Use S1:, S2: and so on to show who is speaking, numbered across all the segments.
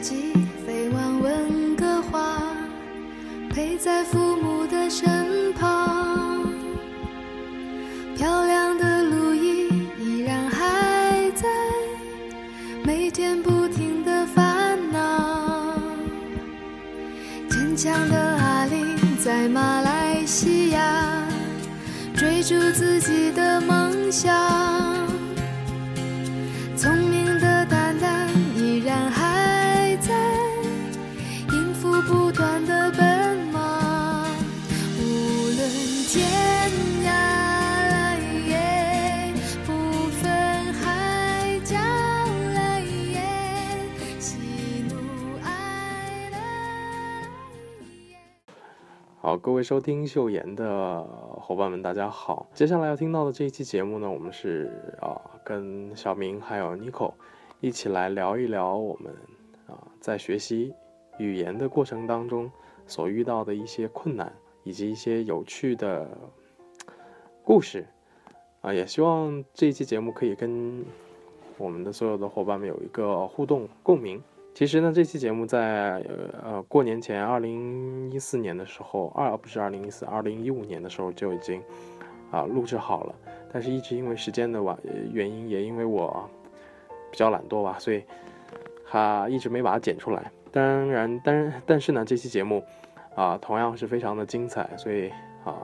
S1: 鸡飞往温哥华，陪在父母的身旁。漂亮的路易依然还在，每天不停的烦恼。坚强的阿玲在马来西亚追逐自己的梦想，聪明的蛋蛋依然还在，应付不断的奔忙。无论天涯来也，不分海角来也，喜怒哀乐来也。
S2: 好，各位收听秀妍的伙伴们，大家好。接下来要听到的这一期节目呢，我们是啊、跟小明还有 Nico 一起来聊一聊我们啊、在学习语言的过程当中所遇到的一些困难，以及一些有趣的故事啊、也希望这一期节目可以跟我们的所有的伙伴们有一个互动共鸣。其实呢，这期节目在呃呃过年前，二零一四年的时候，二哦不是二零一四，二零一五年的时候就已经啊、录制好了，但是一直因为时间的晚呃原因，也因为我比较懒惰吧，所以哈一直没把它剪出来。当然，但但是呢，这期节目啊、同样是非常的精彩，所以啊、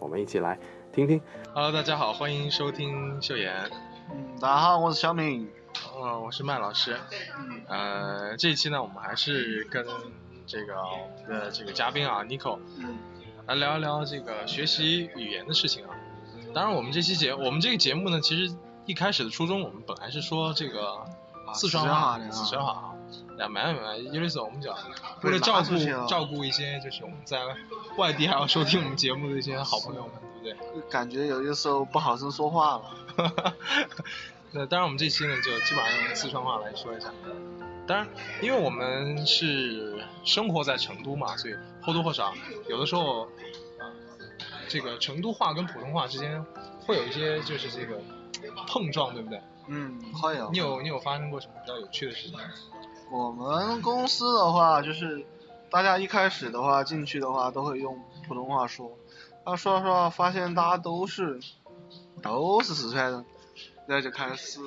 S2: 我们一起来听听。Hello，大家好，欢迎收听秀妍。
S3: 嗯，大家好，我是小敏。
S2: 呃，我是麦老师。呃，这一期呢，我们还是跟这个我们的这个嘉宾啊，Nico
S3: 嗯，
S2: 来聊一聊这个学习语言的事情啊。当然，我们这期节我们这个节目呢，其实一开始的初衷，我们本来是说这个四川话、啊四川话啊。呀，没有没有，因为是我们讲，为了照顾
S3: 拉出去啊
S2: 照顾一些就是我们在外地还要收听我们节目的一些好朋友们，对不对？
S3: 感觉有些时候不好声说话了。
S2: 那当然，我们这期呢就基本上用四川话来说一下。当然，因为我们是生活在成都嘛，所以或多或少有的时候，呃这个成都话跟普通话之间会有一些就是这个碰撞，对不对？
S3: 嗯，会有
S2: 你。有你有发生过什么比较有趣的事情吗？
S3: 我们公司的话，就是大家一开始的话进去的话，都会用普通话说。然后说着说着，发现大家都是都是四川人，然后就开始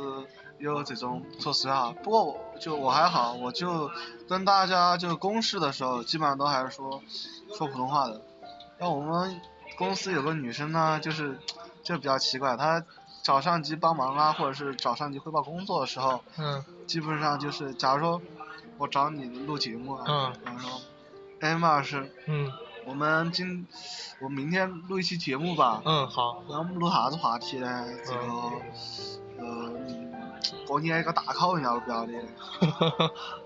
S3: 有这种说实话。不过我就我还好，我就跟大家就公事的时候，基本上都还是说说普通话的。那我们公司有个女生呢，就是就比较奇怪，她找上级帮忙啊，或者是找上级汇报工作的时候，
S2: 嗯
S3: 基本上就是，假如说我找你录节目啊，
S2: 嗯
S3: 然后，哎，马老师，
S2: 嗯
S3: 我们今我明天录一期节目吧，
S2: 嗯，好，
S3: 然后我们录啥子话题呢？这个，呃，你过年一个大考要不要的？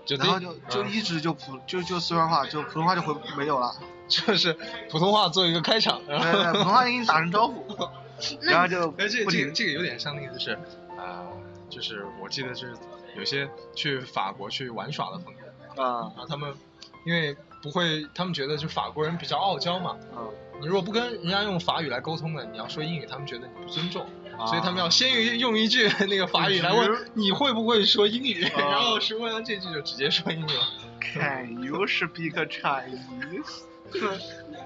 S2: 就这
S3: 然后就就
S2: 嗯
S3: 一直就普就就四川话，就普通话就回没有了，
S2: 就是普通话做一个开场，然
S3: 对
S2: 后
S3: 对，普通话就给你打声招呼，然后就
S2: 哎，这这
S3: 不
S2: 个
S3: 停。
S2: 这个有点像那个，就是呃，就是我记得就是有些去法国去玩耍的朋友，
S3: 啊
S2: 然后他们因为不会，他们觉得就法国人比较傲娇嘛，
S3: 啊！
S2: 你如果不跟人家用法语来沟通的，你要说英语，他们觉得你不尊重，
S3: 啊
S2: 所以他们要先用一句 那个法语来
S3: 比
S2: 问
S3: 如
S2: 啊你会不会说英语，
S3: 啊
S2: 然后是问了这句就直接说英语了，
S3: Can you speak Chinese？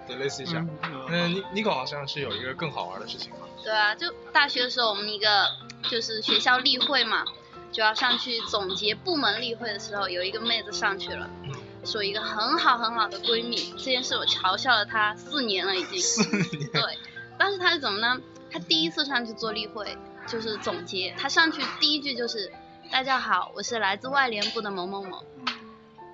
S2: 对，类似于这样。 嗯，尼尼可好像是有一个更好玩的事情嘛，
S4: 对啊，就大学的时候，我们一个就是学校例会嘛，就要上去总结部门例会的时候，有一个妹子上去了，说一个很好很好的闺蜜，这件事我嘲笑了她四年了已经。对，当时她是怎么呢？她第一次上去做例会，就是总结，她上去第一句就是：“大家好，我是来自外联部的某某某。”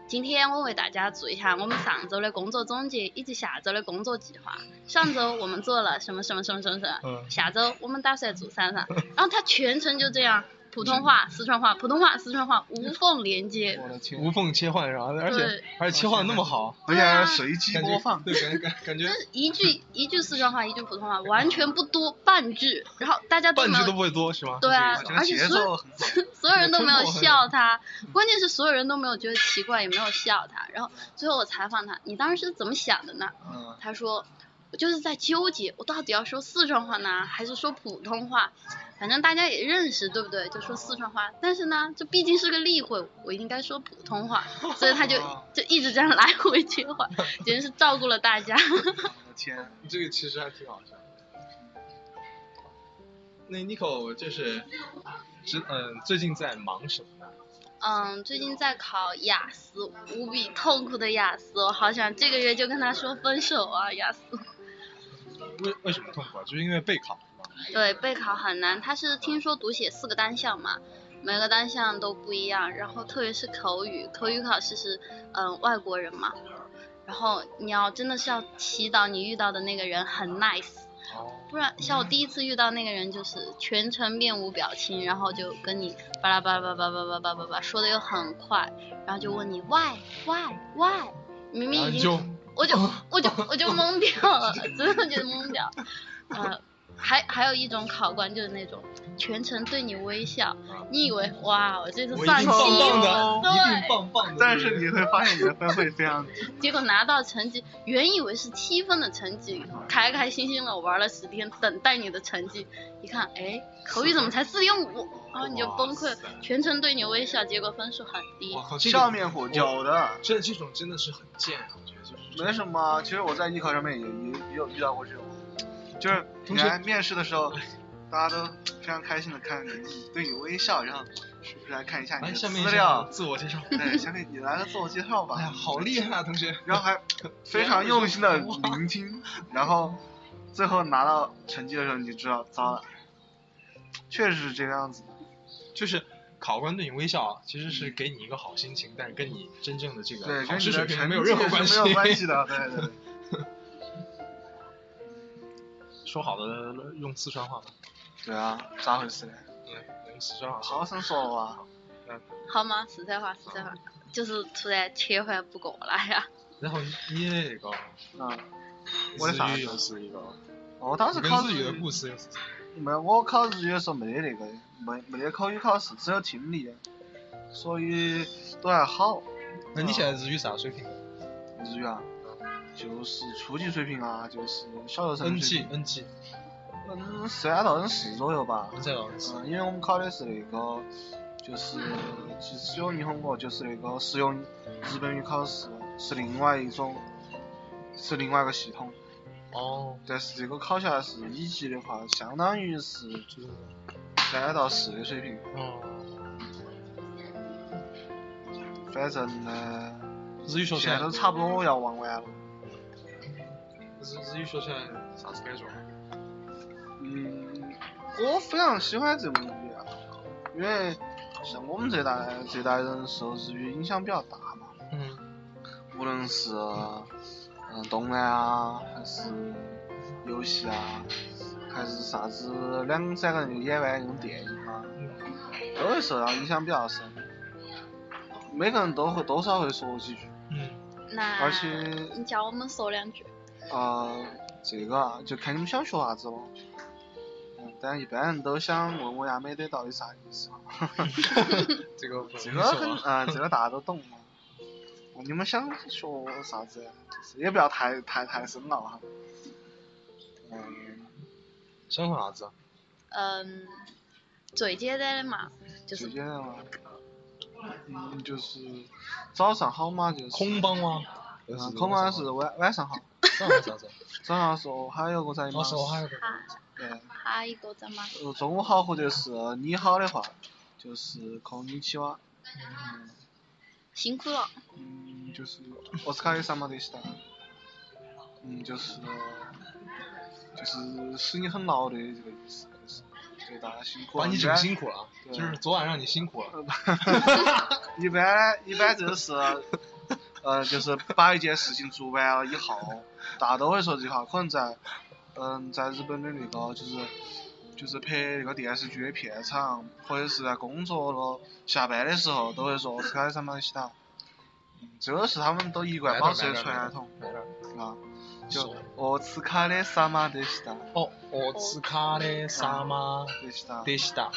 S4: 今天我为大家做一下我们上周的工作总结以及下周的工作计划。上周我们做了什么什么什么什么什么，
S2: 嗯，
S4: 下周我们打算做啥啥。然后他全程就这样，普通话、
S2: 嗯
S4: 四川话、普通话、四川话无缝连接。
S3: 我的天！
S2: 无缝切换啥的，而且
S4: 对
S2: 而且切换得那么好，
S3: 而且
S5: 啊
S3: 还是随机
S2: 感觉
S3: 播放，
S2: 对，感感感觉
S4: 就是一句一句四川话，一句普通话，完全不多半句，然后大家都
S2: 半
S4: 没
S2: 句都
S4: 有，
S2: 不会多是吗？
S4: 对啊
S3: 我觉，得
S4: 而且
S3: 节
S4: 所有
S3: 奏很好。
S4: 所有人都没有
S2: 这个吞没
S4: 笑他，关键是所有人都没有觉得奇怪，也没有笑他。然后最后我采访他，你当时是怎么想的呢？
S3: 嗯，
S4: 他说，我就是在纠结，我到底要说四川话呢，还是说普通话？反正大家也认识，对不对？就说四川话，但是呢，这毕竟是个例会，我应该说普通话，所以他就就一直这样 来回切换，简直是照顾了大家。
S3: 我的天，
S5: 这个其实还挺好笑的。那 Nico 就是，之嗯，最近在忙什么呢？
S4: 嗯，最近在考雅思，无比痛苦的雅思，我好想这个月就跟他说分手啊，雅思。
S5: 为为什么痛苦啊？就是因为备考是吗？
S4: 对，备考很难，它是听说读写四个单项嘛，每个单项都不一样，然后特别是口语，口语考试是嗯、呃外国人嘛，然后你要真的是要祈祷你遇到的那个人很 nice，
S5: 哦，
S4: 不然像我第一次遇到那个人就是全程面无表情，然后就跟你巴拉巴拉巴拉巴拉巴拉巴拉巴拉说的又很快，然后就问你 why why why，明
S5: 然后
S4: 明已
S5: 你
S4: 经
S5: 就
S4: 我就
S5: 哦
S4: 我就我就懵掉了，真的觉得懵掉。呃，还还有一种考官就是那种全程对你微笑，你以为哇，我这次
S5: 哦我一
S4: 算
S5: 定
S4: 清
S5: 棒棒
S4: 楚
S5: 的，一定
S4: 了，
S5: 棒棒的。
S3: 但是你会发现你的分会非常低，
S4: 对，结果拿到成绩，原以为是七分的成绩，
S5: 嗯
S4: 开开心心的玩了十天，等待你的成绩，一看，哎，口语怎么才四点五？ 然后你就崩溃
S5: 哇
S4: 了
S5: 塞，
S4: 全程对你微笑，结果分数很低
S5: 我。靠， 这
S3: 上
S5: 个
S3: 面火有的。
S5: 这这种真的是很贱啊，我觉得就是这
S3: 没
S5: 种
S3: 什么，啊其实我在艺考上面也也也有遇到过这种，就是你
S5: 同学
S3: 来面试的时候，大家都非常开心的看着你，对你微笑，然后是不是来看一下你
S5: 来
S3: 的
S5: 哎下
S3: 资
S5: 面
S3: 料？
S5: 自我介绍。
S3: 对，下面你来个自我介绍吧。
S5: 哎呀，好厉害啊，同学！
S3: 然后还非常用心的聆听，然后最后拿到成绩的时候，你就知道糟了，确实是这个样子的。
S5: 就是考官对你微笑啊，其实是给你一个好心情，但是跟你真正的这
S3: 嗯
S5: 个
S3: 对，跟
S5: 考
S3: 你
S5: 试水
S3: 的
S5: 平
S3: 成
S5: 没
S3: 绩
S5: 有任何
S3: 是
S5: 关系。
S3: 没有关系的，对对对。
S5: 说好的用四川话吗？
S3: 对啊，咋回事嘞？
S5: 嗯，用四川话说。
S3: 好生说哇，
S4: 好吗？实在话，实在
S5: 嗯
S4: 话，就是突然切换不过来呀、
S5: 然后你也那个
S3: 嗯，我的啥
S5: 日语又是一个，哦
S3: 我当时
S5: 跟
S3: 考
S5: 日语的
S3: 试
S5: 故事又是
S3: 没，我考日语的时候没得那个，没没得口语考试，只有听力，所以都还好。
S5: 那你现在日语啥水平
S3: 日语啊，就是初级水平啊，就是小学生水
S5: ？N G
S3: 平
S5: N G，
S3: N 三到 N 四左右吧。
S5: 你在哪儿？
S3: 嗯，因为我们考的是那个，就是其实有霓虹国，就是那个实用日本语考试，是另外一种，是另外一个系统。嗯
S5: 哦，
S3: 但是这个考下来是一级的话，相当于是
S5: 就是，
S3: 三到四的水平。
S5: 哦，
S3: 反正呢，
S5: 日语说起
S3: 现
S5: 来
S3: 在，都差不多要忘完了。
S5: 日日语说起来啥子感觉？
S3: 啊嗯，我非常喜欢这门语言，因为像我们这代这代人受日语影响比较大嘛，
S5: 嗯，
S3: 无论是嗯动漫啊，还是游戏啊，还是啥子两三个人演完那种电影啊，都会受到影响比较深。每个人都会多少会说几句，
S5: 嗯，
S4: 那
S3: 而且
S4: 你教我们说两句。
S3: 呃，这个啊就看你们想学啥子咯。嗯，但一般人都想问问阿美的到底啥意思嘛。
S5: 这个不
S3: 这
S5: 能
S3: 个很
S5: 说啊，
S3: 啊、这 个大家都懂嘛。啊你们想学啥子呀？就是也不要太太太深了哈。嗯，
S5: 想说啥子啊？
S4: 嗯，最简单的嘛，就
S3: 最
S4: 是
S3: 简单嘛。嗯，就是早上好嘛，就是。
S5: 空帮吗？
S3: 啊，空班是晚晚上好，
S5: 上啥子啊？
S3: 早上是哦还有个在嘛
S5: 哦，。是我还有个。
S4: 哈
S3: 对，
S4: 哈一个怎么？
S3: 呃中午好或者是你好的话，就是空你起哇。
S4: 辛苦了，
S3: 嗯，就是お疲れ様でした。嗯，就是就是使你很劳累这个意思，就是对大家辛苦了。
S5: 把你
S3: 一
S5: 整
S3: 般
S5: 辛苦了啊，
S3: 对
S5: 就是昨晚让你辛苦了。
S3: 一般一般就是，呃，就是把一件事情做完了以后，大家都会说这句话。可能在，嗯，在日本的那个就是就是拍那个电视剧的片场，或者是在工作了下班的时候，都会说お疲れ様でした。嗯这个是他们都一贯保持的传统啊，就
S5: 就
S3: お疲れ様でした
S5: 哦，我斯卡的萨玛
S3: でした。
S5: 德西达，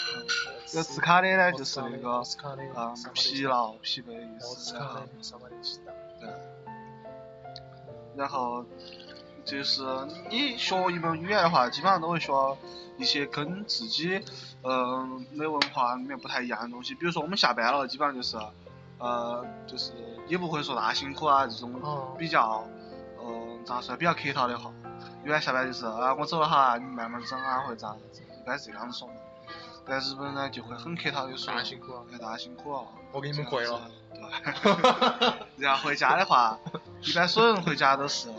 S3: 这个疲れ呢，
S5: お疲れ
S3: 就是那
S5: お
S3: 个
S5: 疲れ
S3: 啊
S5: 様でした
S3: 疲劳、疲惫的意
S5: 我斯
S3: 思。
S5: 卡
S3: 然后
S5: 的萨玛德西达。
S3: 对。然后就是你学一门语言的话，基本上都会学一些跟自己嗯的文化里面不太一样的东西。比如说我们下班了，基本上就是呃就是也不会说大辛苦啊这种
S6: 哦
S3: 比较嗯咋说比较客套的话。一般下班就是啊我走了哈，你慢慢整啊或者咋子，一般是这样子说的。但日本人呢就会很客套的说，
S5: 大家辛苦啊！
S3: 哎大家辛苦了。
S5: 我给你们跪了。
S3: 对， 然后回家的话，一般所有人回家都是，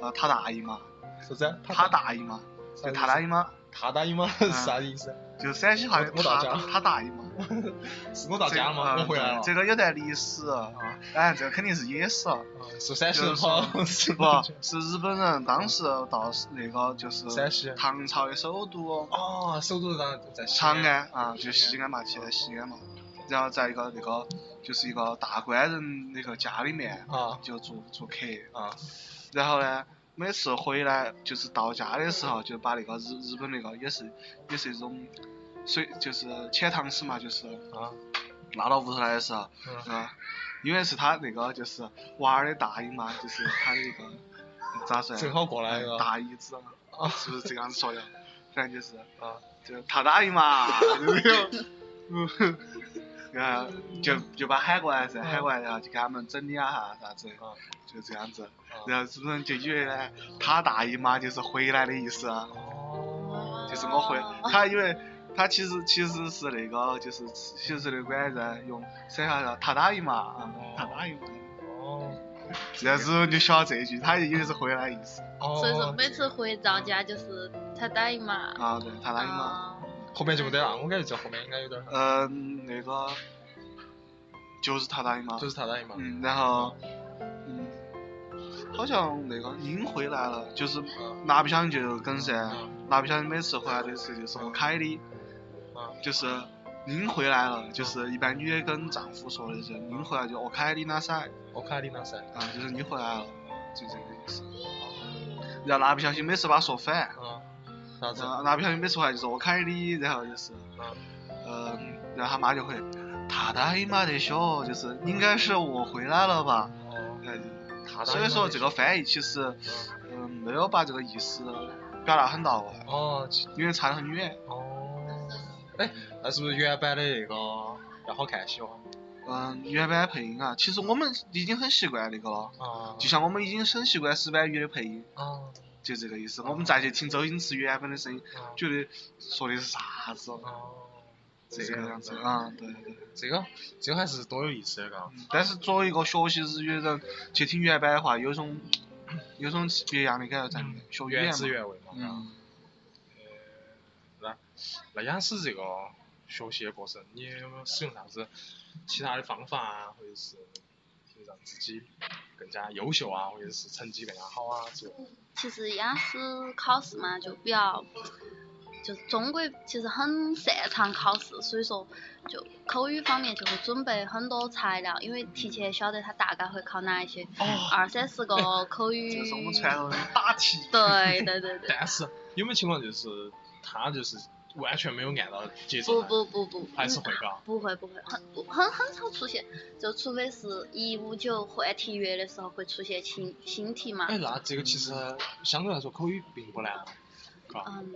S3: 呃，他大姨妈，
S5: 是噻，
S3: 他大姨妈，就他大姨妈，
S5: 他大姨妈是啥意思？
S3: 就陕西话的
S5: 我打
S3: 他
S5: 架
S3: 他大姨妈。
S5: 是我到家了
S3: 这
S5: 吗？
S3: 个
S5: 我回来了。
S3: 这个有待历史啊，当然这个肯定是野史啊了，
S5: 嗯是陕西
S3: 就
S5: 人
S3: 是说
S5: 跑，
S3: 是
S5: 是
S3: 不？是日本人当时到那个就是
S5: 陕西
S3: 唐朝的首都
S5: 哦，首都在在西
S3: 长安啊，就西安嘛，现在西安嘛，然后在一个那个就是一个大官人那个家里面
S5: 啊
S3: 就做做客。
S5: 啊，
S3: 然后呢，每次回来就是到家的时候，就把那个日日本那个也是也是一种水，就是遣唐使嘛，就是
S5: 啊
S3: 拿到屋头来的时候，
S5: 嗯
S3: 啊，因为是他那个就是娃儿的大姨妈，就是他的那 个咋说呀？
S5: 正好过来一个
S3: 大姨子
S5: 啊
S3: 是不是这个样子说的？反正就是
S5: 啊，
S3: 就他大姨 妈，就是那种嗯然后呃就就把喊过来
S5: 嗯
S3: 噻，喊过来然后就给他们整理啊啥啥子
S5: 啊，
S3: 就这样子。
S5: 啊
S3: 然后日本人就以为呢，他大姨妈就是回来的意思，啊，
S5: 哦
S3: 就是我回，他以为他其实其实是那个就是其实是那管人用陕话叫他大姨妈啊，他大姨妈。
S5: 哦
S3: 然后日本人就晓得这一句，他就以为是回来的意思
S5: 哦，
S4: 所以说每次回到家就是他答应嘛。
S3: 啊，对，他大姨妈。
S5: 哦
S4: 啊，
S5: 后面就没得了，我感觉这后面应该有点儿，
S3: 嗯，那个就是他大姨妈，
S5: 就是他大姨妈。
S3: 嗯，然后嗯，好像那个英回来了，就是
S5: 嗯
S3: 蜡笔小新就梗噻
S5: 嗯，
S3: 蜡笔小新每次回来的时候就是我凯莉，
S5: 啊
S3: 就是您回来了，就是一般女的跟丈夫说的是您回来就我凯莉那噻，
S5: 我卡里纳噻。
S3: 啊，就是你回来了，就这个意思。然后蜡笔小新每次把它说反，
S5: 啊，啥子
S3: 然？后蜡笔小新每次回来就说我凯莉，然后就是。
S5: 啊
S3: 嗯，然后他妈就会，他大姨妈的小，就是应该是我回来了吧？
S5: 哦，
S3: 嗯，
S5: 他大姨妈
S3: 所以说这个翻译其实，嗯，没有把这个意思表达很到位，
S5: 哦其
S3: 因为差得很远。
S5: 哦，哎，那是不是原版的那个要好看些哦？
S3: 嗯，原版配音啊，其实我们已经很习惯那个了，
S5: 啊
S3: 就像我们已经很习惯石板鱼的配音，
S5: 啊
S3: 就这个意思。我们再去听周星驰原本的声音，
S5: 啊
S3: 觉得说的是啥子哦？
S5: 哦，
S3: 是这
S5: 这
S3: 个
S5: 个
S3: 样子
S5: 样子
S3: 啊，对对对。
S5: 这个这个还是多有意思的嘎。
S3: 嗯但是作为一个学习日语的人，去听原版的话，有种有种别样的感觉在里面，学语
S5: 原
S3: 言
S5: 汁
S3: 嘛。
S5: 原味嘛。嘎
S3: 嗯，
S5: 那那雅思这个学习的过程，你有没有使用啥子其他的方法啊，或者是就让自己更加优秀啊，或者是成绩更加好啊之类的？
S4: 其实雅思考试嘛，就比较，就中国其实很擅长考试，所以说就口语方面就会准备很多材料，因为提前晓得他大概会考哪一些，二三十个口语。
S3: 哦这是我们传统的答题。
S4: 对 对对对，
S5: 但是有没有情况就是他就是完全没有按到节奏
S4: 不
S5: 来？
S4: 不不不，
S5: 还是
S4: 嗯
S5: 会高。
S4: 不会不会，很不很很少出现，就除非是一五九换题约的时候会出现新新题嘛。
S5: 哎，那这个其实相对来说口语并不难。
S4: 嗯，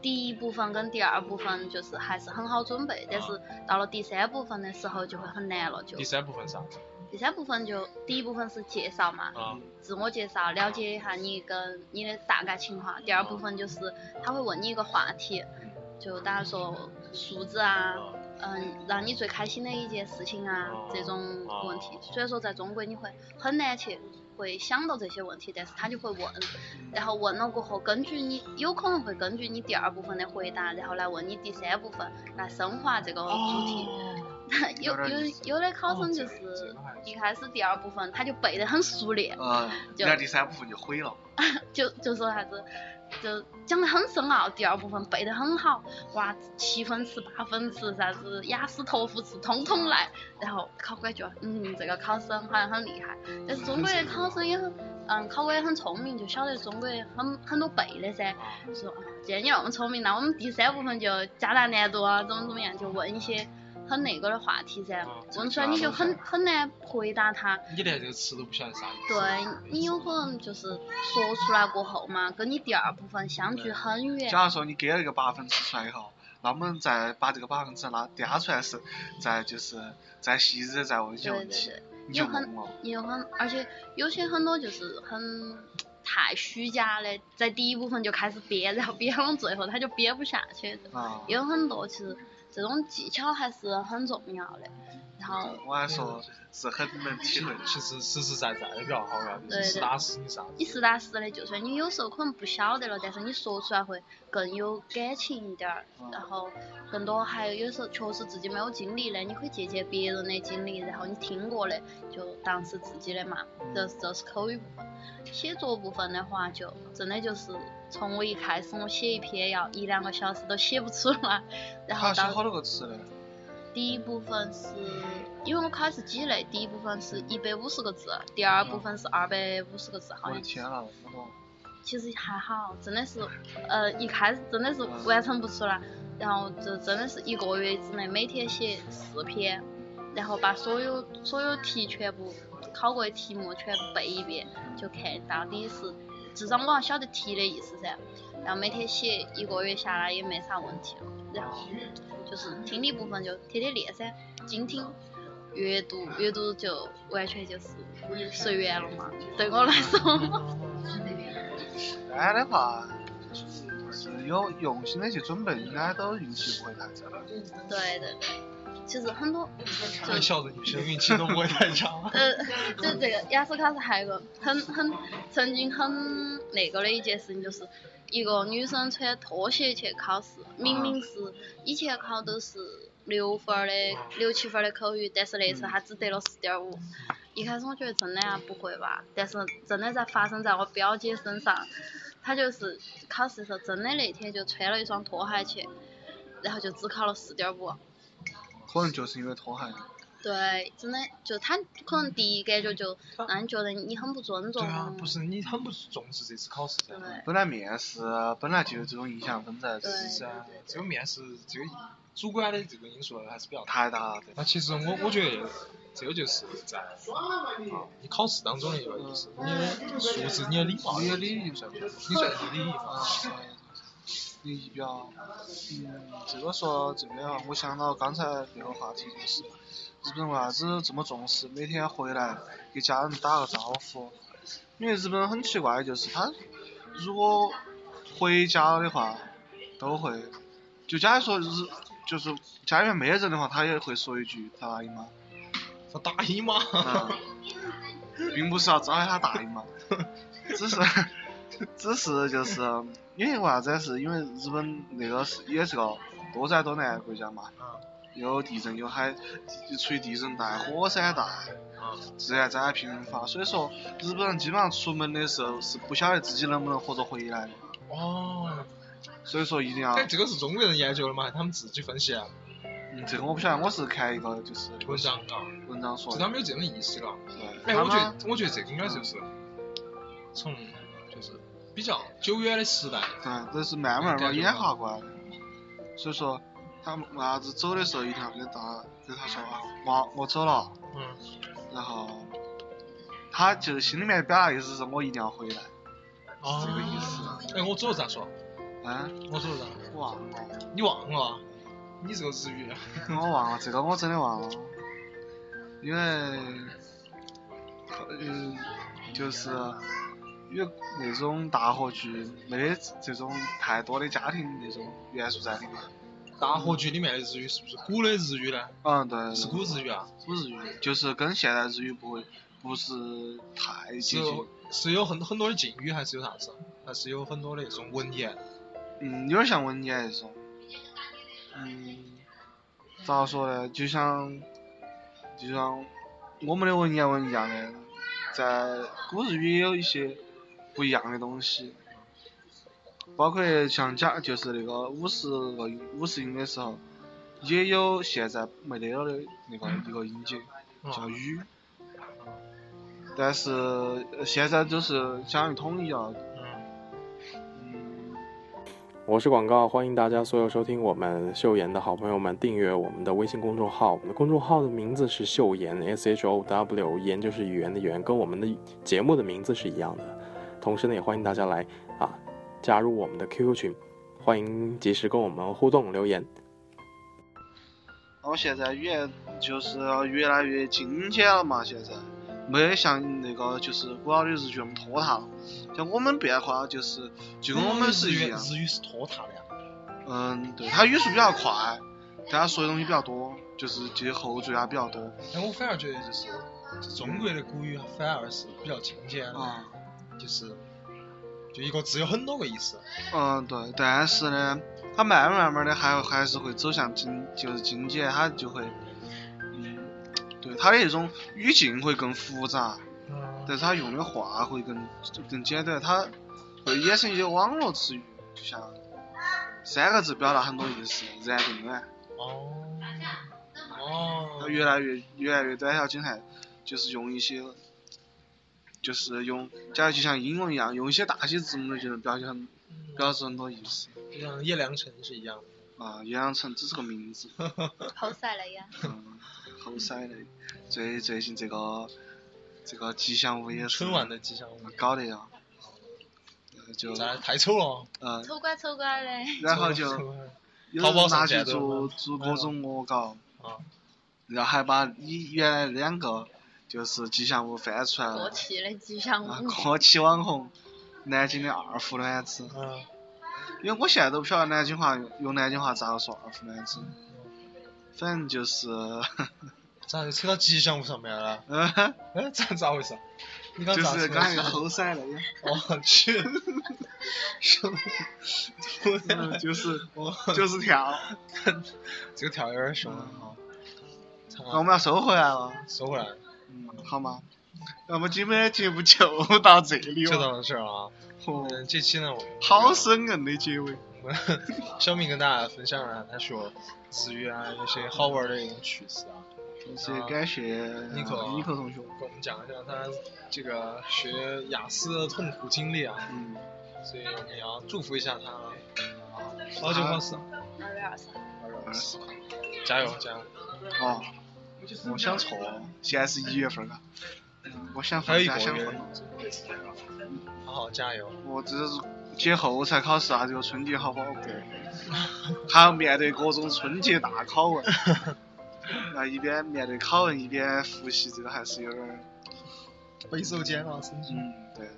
S4: 第一部分跟第二部分就是还是很好准备，但是到了第三部分的时候就会很难了。就
S5: 啊第三部分是啥子？
S4: 第三部分就第一部分是介绍嘛，
S5: 啊
S4: 自我介绍，了解一下你跟你的大概情况。第二
S5: 啊
S4: 部分就是他会问你一个话题，就打说数字啊，嗯，让你最开心的一件事情啊
S5: 哦
S4: 这种问题
S5: 哦。
S4: 虽然说在中国你会很难去会想到这些问题，但是他就会问，然后问了过后，根据你有可能会根据你第二部分的回答，然后来问你第三部分来升华这个主题。 有
S3: 有
S4: 有
S3: 点意思
S4: 有的考生
S5: 哦
S4: 就
S5: 这个这
S4: 是
S5: 个还哦
S4: 一开始第二部分他就背得很熟练，
S3: 呃，
S4: 就
S3: 然后第三部分就毁了。
S4: 就就说啥子，就讲得很深奥，第二部分背得很好，哇，七分词、八分词，啥子雅思、托福词，通通来。然后考官觉得，嗯，这个考生好像很厉害。但是中国的考生也很，嗯，考官也很聪明，就晓得中国的很很多背的噻。
S5: 啊
S4: 嗯就说，啊既然你那么聪明，那我们第三部分就加大难度啊，怎么怎么样，就问一些很那个的话题噻
S5: 哦，
S4: 我们说你就很很难回答他。
S5: 你连这个词都不晓得啥意思。
S4: 对你有可能就是说出来过后嘛，跟你第二部分相距很远。
S3: 假如说你给了一个八分制出来以后，那我们再把这个八分制拿调出来是，再就是再细致地再问一些
S4: 对对
S3: 问题，
S4: 对，
S3: 你就
S4: 有很
S3: 懵了。
S4: 也很，而且有些很多就是很太虚假的，在第一部分就开始编，然后编到最后他就编不下去了。
S3: 啊，
S4: 有很多其实这种技巧还是很重要的。然后
S3: 我还说是很能体会的。
S5: 其实实实在在的比较好啊，你
S4: 对
S5: 实
S4: 对
S5: 打实你啥子。
S4: 你实打实的，就算你有时候可能不晓得了，但是你说出来会更有感情一点儿。
S3: 嗯
S4: 然后更多还有有时候确实自己没有经历的，你可以借鉴别人的经历，然后你听过的就当是自己的嘛。
S3: 嗯
S4: 这是这是口语部分，写作部分的话就真的就是从我一开始我写一篇要一两个小时都写不出来，然
S3: 他
S4: 后
S3: 要写
S4: 到
S3: 好多个词的，
S4: 第一部分是，因为我考的是几类，第一部分是一百五十个字，第二部分是二百五十个字，
S3: 嗯我
S4: 好
S3: 的
S4: 像
S3: 天呐，那么多
S4: 其实还好，真的是，呃，一开始真的是完成不出来，然后就真的是一个月之内每天写四篇，然后把所有所有题全部考过的题目全部背一遍，就看到底是，至少我还晓得题的意思噻。然后每天写，一个月下来也没啥问题了。然后就是听力部分就天天练噻，精听。阅读阅读就完全就是随缘了嘛，对我来说。
S3: 单的哎话，就是有用心的去准备，应该都运气不会太差。
S4: 对的，其实很多，
S5: 你晓得有些运气都不会太 差。
S4: 呃，就这个雅思考试还有一个很很曾经很那个的一件事情，就是一个女生穿拖鞋去考试，明明是以前考都是六分儿的六七分儿的口语，但是那次她只得了四点五。一开始我觉得真的啊不会吧，但是真的在发生在我表姐身上，她就是考试的时候真的那天就穿了一双拖鞋去，然后就只考了四点五。
S3: 可能就是因为拖鞋。
S4: 对，真的就他可能第一感觉就
S5: 嗯他
S4: 让人觉得你很不尊重。
S5: 对啊，不是你很不重视这次考试噻。
S4: 对
S3: 本来面试啊本来就有这种影响分在自
S4: 对
S3: 己
S5: 是
S3: 身
S5: 啊，这个面试这个主观的这个因素还是比较大。
S3: 太大了。对
S5: 那其实我我觉得，这个就是在啊，你考试当中的一个就是
S4: 嗯
S5: 你的素质、你的礼貌、
S3: 你的
S5: 礼
S3: 礼仪算不算？
S5: 你算是礼仪
S3: 啊，你仪表，嗯，这个说这个啊，我想到刚才那个话题就是，日本为啥子这么重视每天回来给家人打个招呼？因为日本人很奇怪，就是他如果回家的话，都会，就假如说日就是家里面没人的话，他也会说一句“大姨妈
S5: 他大姨妈，”，
S3: 啊， 并不是要招他大姨妈， 只是。 只是就是因为为啥子？是因为日本那个是也是个多灾多难的国家嘛，有地震有海，就处于地震带、火山带，自然灾害频发，所以说日本人基本上出门的时候是不晓得自己能不能活着回来的，
S5: 哦，
S3: 所以说一定要
S5: 哎，，这个是中国人研究的嘛？还是他们自己分析啊，
S3: 嗯，这个我不晓得，我是看一个就是
S5: 文章啊，
S3: 文章说
S5: 就
S3: 的
S5: 他，们有这种意识了。
S3: 对，
S5: 哎，
S3: 他
S5: 我觉
S3: 们
S5: 得我觉得这个应该就是从就是比较久远的时代，
S3: 对，都是慢慢慢慢演化过来的，所以说他们为啥子走的时候一定要跟大跟他说啊，妈，我走了。
S5: 嗯，
S3: 然后他就是心里面表达意思是我一定要回来，
S5: 哦
S3: 是这个意思。
S5: 哎，我左咋说？
S3: 嗯，
S5: 我左咋？
S3: 我忘了，
S5: 你忘了啊？你这个日语，
S3: 我忘了，这个我真的忘了，因为，嗯、就是因为那种大合剧没得这种太多的家庭那种元素在里面。
S5: 大合剧里面的日语是不是古的日语呢？
S3: 嗯，对，对
S5: 是古日语啊？
S3: 古日语，就是跟现代日语不会不是太
S5: 是哦
S3: 接近
S5: 有，是有很很多的敬语，还是有啥子？啊还是有很多的那种文言？
S3: 嗯，有点像文言那种。嗯，咋说呢？就像就像我们的文言文一样的，在古日语也有一些不一样的东西，包括像讲就是那个五十个音五十音的时候，也有现在没得了的那个一个音节叫
S5: 嗯
S3: 语。但是呃现在就是相当于统一了，
S5: 嗯，
S3: 嗯，
S2: 我是广告，欢迎大家所有收听我们秀妍的好朋友们订阅我们的微信公众号，我们的公众号的名字是秀妍 S H O W，妍就是语言的言，跟我们的节目的名字是一样的。同时呢，也欢迎大家来啊加入我们的 QQ 群，欢迎及时跟我们互动留言。
S3: 然后现在越就是越来越精简了嘛，现在没像那个就是古老的日剧那么拖沓了。像我们变化就是就跟我们是一样，
S5: 嗯日语啊是拖沓的呀。
S3: 嗯，对，它语速比较快，但它说的东西比较多，就是这些后缀啊比较多
S5: 但哎我反而觉得就是中国的古语啊反而是比较精简的，
S3: 啊。
S5: 就是就一个字有很多个意思。
S3: 嗯，对，但是呢，它慢慢慢慢的还还是会走向精，就是精简，它就会，嗯，对，它的那种语境会更复杂，
S5: 嗯
S3: 但是它用的话会更更简短，它会衍生一些网络词语，就像三个字表达很多意思，然并卵，
S5: 哦
S3: 它
S5: 哦，
S3: 越来越越来越短小精悍，就是用一些，就是用，假如就像英文一样，用一些大写字母就能表现很表示很多意思。
S5: 就像叶良辰是一样的。
S3: 啊，元阳城只是个名字，
S4: 好晒了呀！
S3: 嗯，好塞的。最最近这个这个吉祥物也是
S5: 春晚的吉祥物，
S3: 搞的呀，呃就
S5: 咱哦太丑了。
S3: 嗯，
S4: 丑乖丑乖嘞，
S3: 然后啊就
S5: 丑了
S3: 有
S5: 淘宝
S3: 人
S5: 上
S3: 拿去
S5: 见到
S3: 做
S5: 吗
S3: 做各种恶搞，
S5: 啊，
S3: 然后还把以原来两个就是吉祥物翻出来
S4: 国
S3: 了，
S4: 旗嘞吉祥
S3: 啊，
S4: 物，
S3: 国旗网红，南京的二胡卵子，
S5: 嗯，
S3: 因为我现在都不晓得南京话用用南京话咋个说二胡卵子，反正就是，
S5: 咋就扯到吉祥物上面了？
S3: 嗯，
S5: 哎，咋咋回事？你刚
S3: 就
S5: 咋扯
S3: 是
S5: 到
S3: 刚才
S5: 吉
S3: 那个
S5: 祥物
S3: 后塞那个。
S5: 哦，去，什么？
S3: 嗯， 就是就是跳。
S5: 这个跳有点凶
S3: 嗯
S5: 啊！
S3: 那我们要收回来了，
S5: 收回来，
S3: 嗯，好吗？那么今天的节目就到这里
S5: 就
S3: 了，
S5: 到这儿啊。
S3: 哦，
S5: 嗯，这期呢，我
S3: 好生硬的结尾。
S5: 小明跟大家分享了他说至于啊一些好玩的一种趣事啊，
S3: 同时也感谢
S5: 尼克
S3: 尼克同学，
S5: 跟我们讲一讲他这个学雅思的痛苦经历啊，
S3: 嗯，
S5: 所以我们也要祝福一下他啊，好久不见，
S4: 二月二十三，
S3: 二十块，
S5: 加油加油！
S3: 哦，我想错，了，现在是一月份了，嗯我想
S5: 还有
S3: 放
S5: 一
S3: 假想
S5: 个月
S3: 放，，
S5: 好好加油！
S3: 我这是节后才考试啊，这个春节好不好过？还要面对各种春节大拷问，那一边面对拷问一边复习，这个还是有点儿。
S5: 备受煎熬，身体。
S3: 嗯，对。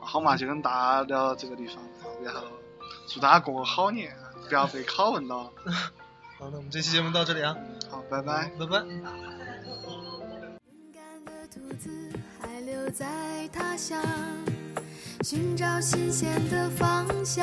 S3: 好嘛，就跟大家聊到这个地方，然后祝大家过个好年，不要被拷问到。
S5: 好，那我们这期节目到这里啊，
S3: 嗯好，拜拜。
S5: 拜拜。
S1: 勇敢的兔子还留在他乡，寻找新鲜的方向。